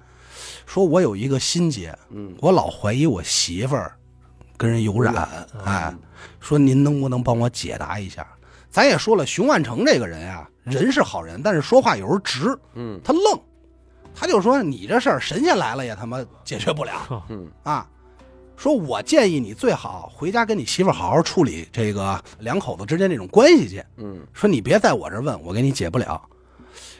B: 说我有一个心结，
A: 嗯
B: 我老怀疑我媳妇儿跟人有染，哎，说您能不能帮我解答一下？咱也说了，熊万成这个人啊，人是好人，但是说话有时候直，
A: 嗯
B: 他愣，他就说你这事儿神仙来了也他妈解决不了
A: 嗯
B: 啊。说我建议你最好回家跟你媳妇儿好好处理这个两口子之间这种关系去。
A: 嗯
B: 说你别在我这儿问，我给你解不了。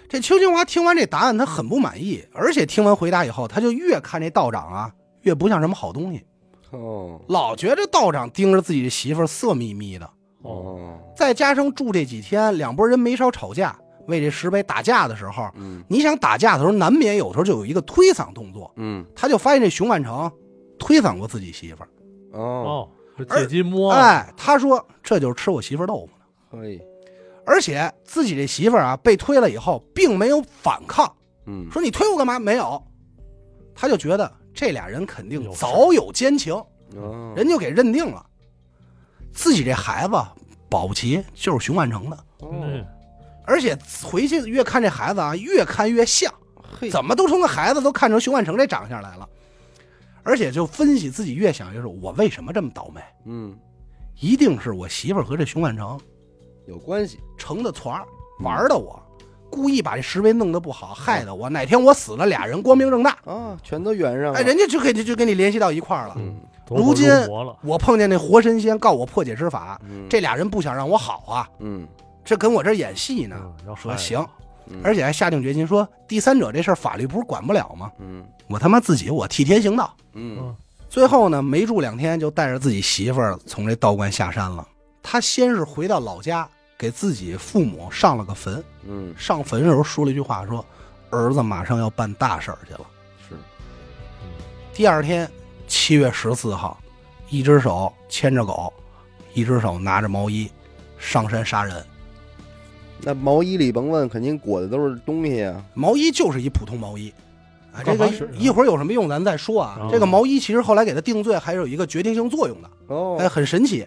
B: 这邱清华听完这答案，他很不满意，而且听完回答以后，他就越看这道长啊，越不像什么好东西，
A: 哦
B: 老觉着道长盯着自己的媳妇儿色眯眯的。
C: 哦，
A: 哦
B: 再加上住这几天，两拨人没少吵架，为这石碑打架的时候，
A: 嗯
B: 你想打架的时候，难免有时候就有一个推搡动作，
A: 嗯
B: 他就发现这熊万成推搡过自己媳妇儿。
A: 哦
C: 哦，是借机摸，啊
B: 哎，他说这就是吃我媳妇儿豆腐呢。
A: 嘿
B: 而且自己这媳妇儿啊，被推了以后，并没有反抗，
A: 嗯
B: 说你推我干嘛？没有，他就觉得这俩人肯定
C: 有事儿嗯
B: 早有奸情，
A: 哦
B: 人就给认定了。自己这孩子保不齐就是熊万成的，
A: 哦
C: 嗯，
B: 而且回去越看这孩子啊，越看越像，
A: 嘿
B: 怎么都从那孩子都看成熊万成这长相来了。而且就分析自己越想越是，我为什么这么倒霉？
A: 嗯
B: 一定是我媳妇儿和这熊万成
A: 有关系
B: 成的团儿
A: 嗯
B: 玩的我，故意把这石碑弄得不好，害得我哪天我死了，俩人光明正大，
A: 啊，全都圆上了
B: 哎，人家就给就给你联系到一块儿了。
A: 嗯
C: 走火入
B: 如今
C: 魔了，
B: 我碰见那活神仙告我破解之法，
A: 嗯
B: 这俩人不想让我好啊，
A: 嗯
B: 这跟我这儿演戏呢。
C: 嗯，要
B: 说
C: 害
B: 行，
A: 嗯
B: 而且还下定决心说，第三者这事儿法律不是管不了吗？
A: 嗯
B: 我他妈自己我替天行道。
A: 嗯
B: 最后呢，没住两天就带着自己媳妇儿从这道观下山了。他先是回到老家，给自己父母上了个坟。
A: 嗯
B: 上坟的时候说了一句话，说：“儿子马上要办大事儿去了。
A: 是”
B: 第二天，七月十四号，一只手牵着狗，一只手拿着毛衣，上山杀人。
A: 那毛衣里甭问，肯定裹的都是东西啊。
B: 毛衣就是一普通毛衣，啊，这
C: 干
B: 个
C: 嘛
B: 一
C: 使呢
B: 一会儿有什么用咱再说啊
C: 啊。
B: 这个毛衣其实后来给他定罪还有一个决定性作用的，
A: 哦
B: 哎，很神奇。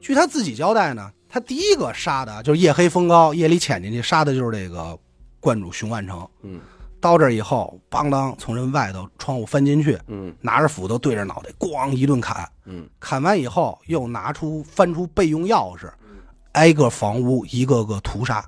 B: 据他自己交代呢，他第一个杀的就是夜黑风高，夜里潜进去杀的就是这个观主熊万成。
A: 嗯
B: 到这儿以后，邦当从人外头窗户翻进去，
A: 嗯
B: 拿着斧头对着脑袋咣一顿砍，
A: 嗯
B: 砍完以后又拿出翻出备用钥匙，
A: 嗯
B: 挨个房屋一个个屠杀，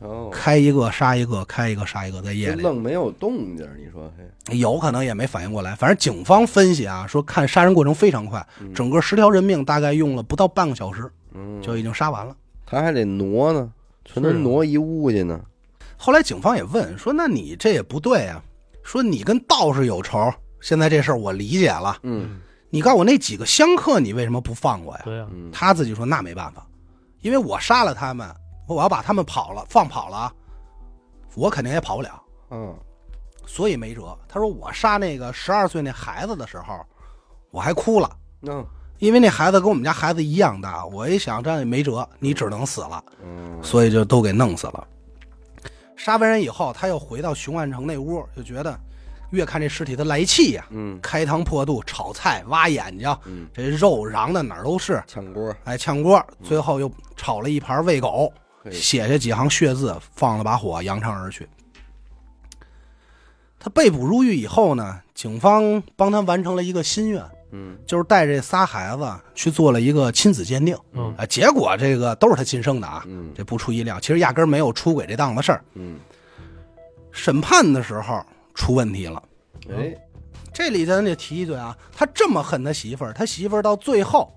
A: 哦，
B: 开一个杀一个，开一个杀一个，在夜
A: 这
B: 里。
A: 愣没有动静儿，你说嘿，
B: 有可能也没反应过来。反正警方分析啊，说看杀人过程非常快，
A: 嗯
B: 整个十条人命大概用了不到半个小时
A: 嗯，
B: 就已经杀完了。
A: 他还得挪呢，全都
C: 是啊
A: 挪一屋去呢。
B: 后来警方也问说：“那你这也不对啊，说你跟道士有仇，现在这事儿我理解了。
A: 嗯
B: 你告诉我那几个香客，你为什么不放过呀
C: 对呀，啊
A: 嗯，？”
B: 他自己说：“那没办法，因为我杀了他们，我要把他们跑了放跑了啊，我肯定也跑不了。”
A: 嗯
B: 所以没辙。他说：“我杀那个十二岁那孩子的时候，我还哭了，
A: 那
B: 因为那孩子跟我们家孩子一样大，我一想这样也没辙，你只能死了，
A: 嗯
B: 所以就都给弄死了。杀完人以后，他又回到熊万成那屋，就觉得越看这尸体他来气呀、
A: 嗯
B: 开膛破肚、炒菜、挖眼睛，
A: 嗯，
B: 这肉瓤的哪儿都是，
A: 炝锅，
B: 哎，炝锅。最后又炒了一盘喂狗，
A: 嘿
B: 写下几行血字，放了把火，扬长而去。他被捕入狱以后呢，警方帮他完成了一个心愿，
A: 嗯
B: 就是带这仨孩子去做了一个亲子鉴定
C: 嗯
A: 哎
B: 啊，结果这个都是他亲生的啊，
A: 嗯
B: 这不出意料，其实压根儿没有出轨这档子事儿。
A: 嗯，
B: 审判的时候出问题了，
A: 哎，
B: 这里咱得提一嘴啊，他这么恨他媳妇儿，他媳妇儿到最后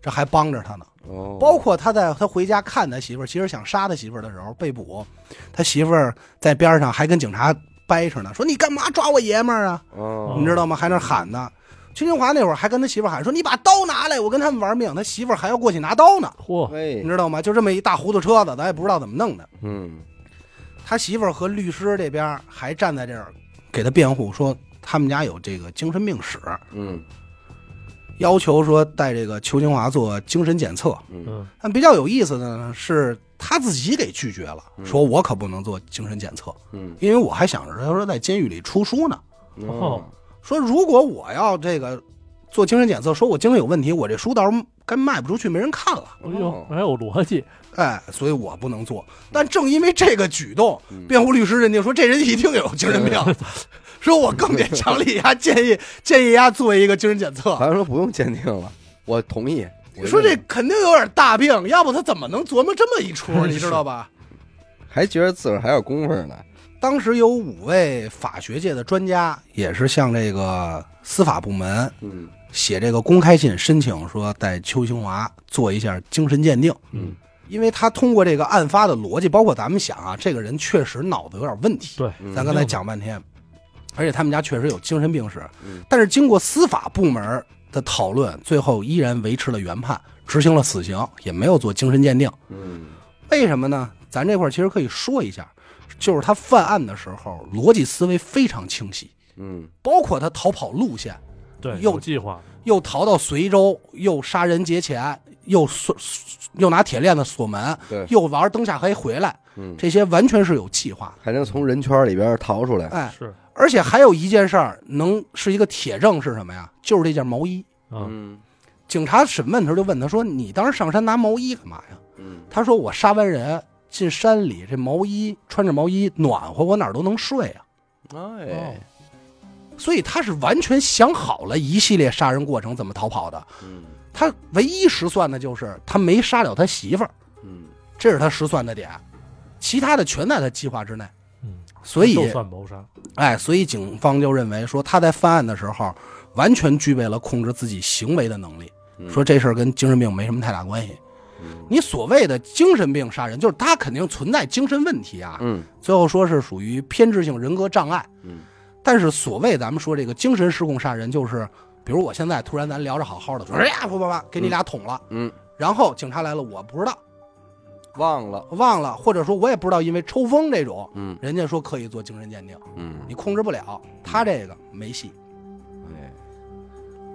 B: 这还帮着他呢，
A: 哦，
B: 包括他在他回家看他媳妇儿，其实想杀他媳妇儿的时候被捕，他媳妇儿在边上还跟警察掰扯呢，说你干嘛抓我爷们儿啊？
A: 哦，
B: 你知道吗？还那喊呢。邱清华那会儿还跟他媳妇儿喊说：“你把刀拿来，我跟他们玩命。”他媳妇儿还要过去拿刀呢，
C: 嚯，
B: 你
A: 嘿，
B: 知道吗？就这么一大糊涂车子，咱也不知道怎么弄的。
A: 嗯
B: 他媳妇儿和律师这边还站在这儿给他辩护，说他们家有这个精神病史，
A: 嗯
B: 要求说带这个邱清华做精神检测。
A: 嗯
C: 嗯
B: 但比较有意思的呢是，他自己给拒绝了，说我可不能做精神检测，
A: 嗯，
B: 因为我还想着他说在监狱里出书呢。
A: 哦，
B: 说如果我要这个做精神检测，说我精神有问题，我这书到时候该卖不出去，没人看了，
C: 哎
A: 哦
C: 呦，还有逻辑，
B: 哎，所以我不能做。但正因为这个举动，
A: 嗯
B: 辩护律师认定说这人一定有精神病， 说我更得强力他建议建议他做一个精神检测
A: 好。像说不用鉴定了，我同意。我
B: 说这
A: 认为
B: 肯定有点大病， 要不他怎么能琢磨这么一出？你知道吧？
A: 还觉得自个儿还有功夫呢，
B: 当时有五位法学界的专家，也是向这个司法部门
A: 嗯
B: 写这个公开信申请，说带邱兴华做一下精神鉴定。
A: 嗯，
B: 因为他通过这个案发的逻辑，包括咱们想啊，这个人确实脑子有点问题。
A: 嗯
C: 对，
B: 咱刚才讲半天，而且他们家确实有精神病史
A: 嗯，
B: 但是经过司法部门的讨论，最后依然维持了原判，执行了死刑，也没有做精神鉴定。
A: 嗯
B: 为什么呢？咱这块儿其实可以说一下，就是他犯案的时候逻辑思维非常清晰，
A: 嗯
B: 包括他逃跑路线，
C: 对，
B: 又
C: 有计划，
B: 又逃到随州，又杀人劫钱，又锁又拿铁链子锁门
A: 对，
B: 又玩灯下黑回来，
A: 嗯，
B: 这些完全是有计划
A: 还能从人圈里边逃出来，
B: 的。哎，
C: 是，
B: 而且还有一件事儿能是一个铁证是什么呀？就是这件毛衣。
C: 嗯，
A: 嗯
B: 警察审问的时候就问他说：“你当时上山拿毛衣干嘛呀
A: 嗯？”
B: 他说：“我杀完人进山里，这毛衣穿着毛衣暖和，我哪儿都能睡啊。”
C: 嗯哦
A: 哎，
B: 所以他是完全想好了一系列杀人过程怎么逃跑的。
A: 嗯
B: 他唯一失算的就是他没杀了他媳妇儿，
A: 嗯
B: 这是他失算的点，其他的全在他计划之内。
C: 嗯，
B: 所以
C: 就算谋杀，
B: 哎，所以警方就认为说他在犯案的时候完全具备了控制自己行为的能力，
A: 嗯
B: 说这事儿跟精神病没什么太大关系。
A: 嗯
B: 你所谓的精神病杀人，就是他肯定存在精神问题啊，
A: 嗯
B: 最后说是属于偏执性人格障碍。
A: 嗯
B: 但是所谓咱们说这个精神失控杀人，就是比如我现在突然咱聊着好好的，说哎呀，不不不，给你俩捅了，
A: 嗯，
B: 然后警察来了，我不知道，
A: 忘了，
B: 忘了，或者说我也不知道，因为抽风这种，
A: 嗯
B: 人家说可以做精神鉴定，
A: 嗯，
B: 你控制不了，他这个没戏。
A: 哎，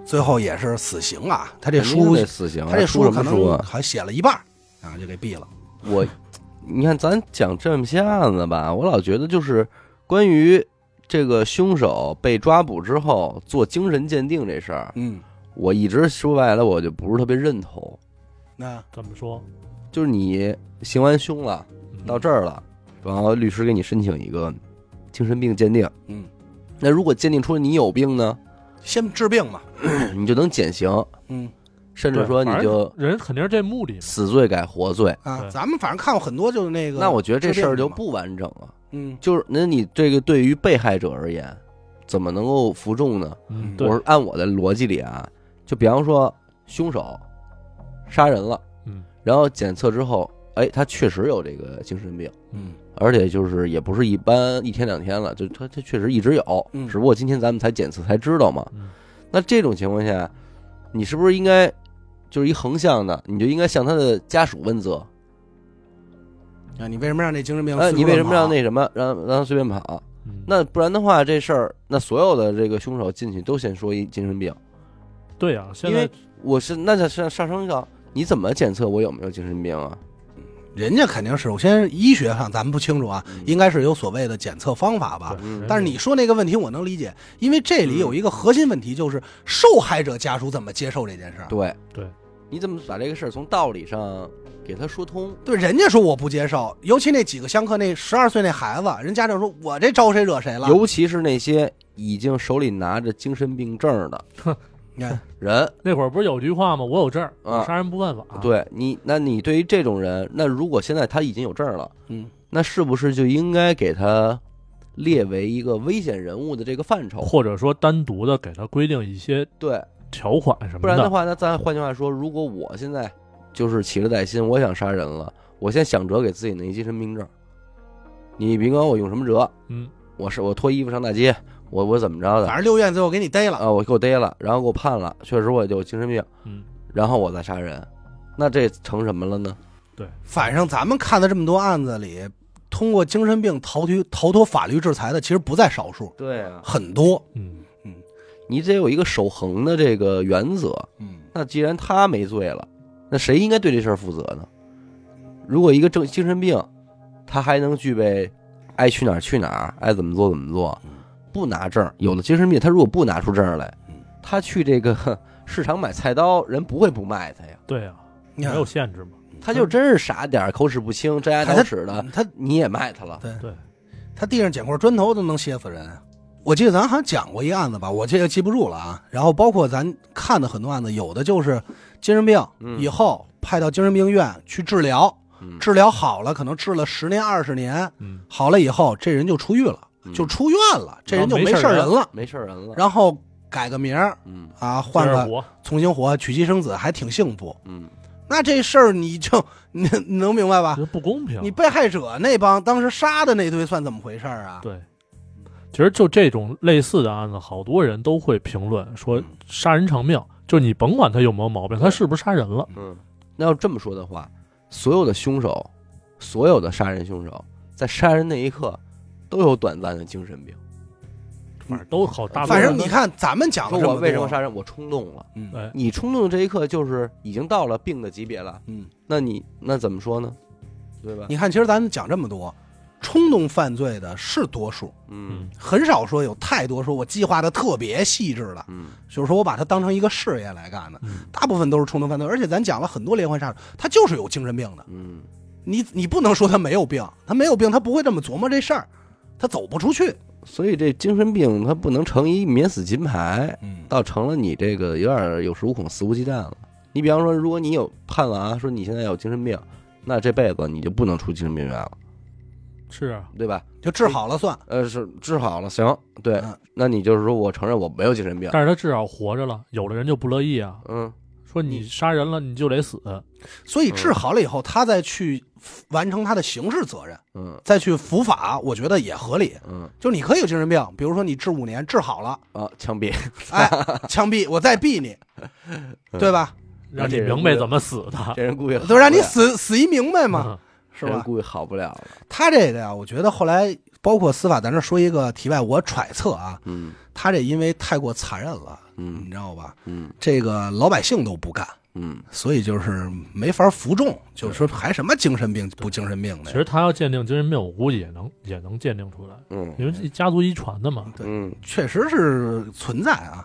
B: 最后也是死刑啊，他这
A: 这
B: 书
A: 得死刑啊，
B: 他这
A: 出
B: 书
A: 什
B: 可
A: 么书
B: 能
A: 啊？
B: 还写了一半儿啊，就给毙了。
A: 我， 你看咱讲这么些案子吧，我老觉得就是关于这个凶手被抓捕之后做精神鉴定这事儿，
B: 嗯，
A: 我一直说白了我就不是特别认同。
B: 那
C: 怎么说？
A: 就是你行完凶了，
C: 嗯
A: 到这儿了，然后律师给你申请一个精神病鉴定，
B: 嗯，
A: 那如果鉴定出你有病呢，
B: 先治病嘛。
A: 你就能减刑，
B: 嗯
A: 甚至
C: 对
A: 说你
C: 反正
A: 就
C: 人肯定是这目的嘛，
A: 死罪改活罪。
B: 啊，
C: 对
B: 咱们反正看过很多，就是那个。
A: 那我觉得这事儿
B: 治病
A: 就
B: 嘛
A: 不完整了。
B: 嗯
A: 就是那你这个对于被害者而言，怎么能够服众呢？
C: 嗯，
B: 嗯
C: 对
A: 我，是按我的逻辑里啊，就比方说凶手杀人了，
C: 嗯，
A: 然后检测之后，哎，他确实有这个精神病，
B: 嗯
A: 而且就是也不是一般一天两天了，就他他确实一直有，
B: 嗯
A: 只不过今天咱们才检测才知道嘛。
C: 嗯
A: 那这种情况下，你是不是应该就是一横向的，你就应该向他的家属问责？
B: 啊，你为什么让这精神病？
A: 哎，你为什么让？那什么让让他随便跑？
C: 嗯
A: 那不然的话，这事儿那所有的这个凶手进去都先说一精神病，
C: 对呀，现
A: 因为
C: 在
A: 我是那就上上升到你怎么检测我有没有精神病啊？
B: 人家肯定是首先医学上咱们不清楚啊
A: 嗯，
B: 应该是有所谓的检测方法吧。
C: 对
A: 嗯
B: 但是你说那个问题我能理解，因为这里有一个核心问题，就是受害者家属怎么接受这件事儿。
A: 对
C: 对，
A: 你怎么把这个事儿从道理上给他说通？
B: 对，人家说我不接受，尤其那几个相克那十二岁那孩子，人家长说我这招谁惹谁了？
A: 尤其是那些已经手里拿着精神病证的
B: 你看，
A: 人，
C: 那会儿不是有句话吗？我有证儿，
A: 啊
C: 我杀人不犯法。，
A: 对你，那你对于这种人，那如果现在他已经有证了，
B: 嗯，
A: 那是不是就应该给他列为一个危险人物的这个范畴？
C: 或者说单独的给他规定一些
A: 对，
C: 条款什
A: 不
C: 么
A: 然的
C: 的，
A: 话，那咱换句话说，如果我现在就是起了歹心，我想杀人了，我先想辙给自己那精神病证。你别管我用什么辙，
C: 嗯，
A: 我是我脱衣服上大街，我我怎么着的
B: 反正六院最后给你逮了，
A: 啊？我给我逮了，然后给我判了，确实我有精神病，
C: 嗯，
A: 然后我再杀人，那这成什么了呢？
B: 反正咱们看的这么多案子里，通过精神病逃脱逃脱法律制裁的，其实不在少数，
A: 对啊，
B: 很多。
C: 嗯，
A: 你得有一个守恒的这个原则。
B: 嗯，
A: 那既然他没罪了，那谁应该对这事儿负责呢？如果一个正精神病，他还能具备爱去哪儿去哪儿，爱怎么做怎么做
B: 嗯，
A: 不拿证儿，有的精神病他如果不拿出证儿来
B: 嗯，
A: 他去这个 哼市场买菜刀，人不会不卖他呀。
C: 对呀，啊
B: 你
C: 没
B: 看
C: 有限制嘛。
A: 他就真是傻点儿，口齿不清，张牙
B: 看
A: 挠齿的，
B: 嗯他
A: 你也卖他了。
B: 对
C: 啊对，
B: 他地上捡块砖头都能歇死人。啊我记得咱好像讲过一案子吧，我这个记不住了啊。然后包括咱看的很多案子，有的就是精神病
A: 嗯
B: 以后派到精神病院去治疗，
A: 嗯
B: 治疗好了，可能治了十年二十年，
C: 嗯，
B: 好了以后这人就出狱了，
A: 嗯
B: 就出院了，这人就
C: 哦没
B: 没
C: 事儿
B: 事儿
C: 人
B: 人了。
A: 没事儿人了，
B: 然后改个名儿
A: 嗯
B: 啊，换
C: 接着
B: 个
C: 活
B: 重新活，娶妻生子，还挺幸福。
A: 嗯
B: 那这事儿你就你你能明白吧？
C: 觉得不公平。
B: 啊
C: 啊
B: 你被害者那帮当时杀的那堆算怎么回事儿啊？
C: 对，其实就这种类似的案子，好多人都会评论说杀人偿命，就是你甭管他有没有毛病，他是不是杀人了，
A: 嗯。那要这么说的话，所有的凶手，所有的杀人凶手，在杀人那一刻，都有短暂的精神病。
C: 反正都好大部分
B: 反
C: 人
B: 正
C: 都。
B: 你看咱们讲
A: 说
B: 的这
A: 我
B: 多
A: 为什么杀人？我冲动了。
B: 嗯
C: 哎，
A: 你冲动的这一刻，就是已经到了病的级别了。
B: 嗯，
A: 那你那怎么说呢？对吧？
B: 你看，其实咱们讲这么多，冲动犯罪的是多数，
A: 嗯
C: 嗯，
B: 很少说有太多说我计划的特别细致的，
A: 嗯
B: 就是说我把它当成一个事业来干的。
C: 嗯
B: 大部分都是冲动犯罪，而且咱讲了很多连环杀手，他就是有精神病的。
A: 嗯
B: 你你不能说他没有病，他没有病，他不会这么琢磨这事儿，他走不出去。
A: 所以这精神病它不能成一免死金牌，
B: 嗯
A: 倒成了你这个有点有恃无恐、肆无忌惮了。你比方说，如果你有判了啊，说你现在有精神病，那这辈子你就不能出精神病院了，
C: 是啊
A: 对吧？
B: 就治好了算。
A: 呃，是治好了，行，对
B: 嗯，
A: 那你就是说我承认我没有精神病，
C: 但是他至少活着了，有的人就不乐意啊，
A: 嗯
C: 说你
B: 你
C: 杀人了你就得死，
B: 所以治好了以后，他再去完成他的刑事责任，
A: 嗯
B: 再去服法，我觉得也合理。
A: 嗯
B: 就是你可以有精神病，比如说你治五年治好 了，
A: 啊，枪毙，
B: 哎，枪毙我再毙你，
C: 嗯
B: 对吧？
C: 让你明白怎么死的，
A: 这人估计
B: 就让你
A: 死
B: 死死一明白嘛，
C: 啊嗯
B: 是
A: 人
B: 吧？
A: 估计好不了了，
B: 他这个呀，我觉得后来包括司法，咱这说一个题外，我揣测啊，
A: 嗯
B: 他这因为太过残忍了，你
A: 嗯
B: 知道吧？
A: 嗯
B: 这个老百姓都不干，
A: 嗯，
B: 所以就是没法服众，就是说还什么精神病不精神病
C: 其
B: 的呀？
C: 实他要鉴定精神病，我估计也能也能鉴定出来，
A: 嗯
C: 因为这家族遗传的嘛。
A: 嗯。
B: 确实是存在啊。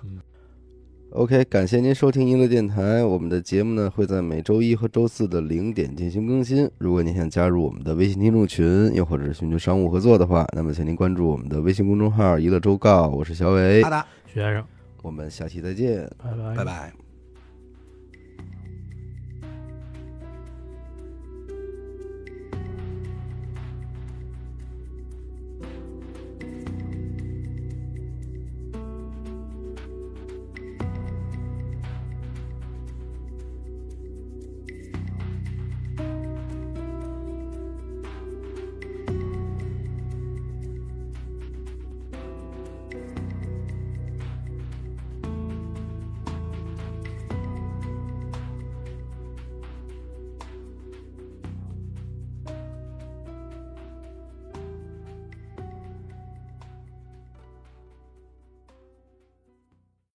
A: OK，感谢您收听娱乐电台。我们的节目呢会在每周一和周四的零点进行更新。如果您想加入我们的微信听众群，又或者是寻求商务合作的话，那么请您关注我们的微信公众号“娱乐周告”。我是小伟
B: 阿，达，
C: 学生，
A: 我们下期再见。
C: 拜拜
B: 拜拜。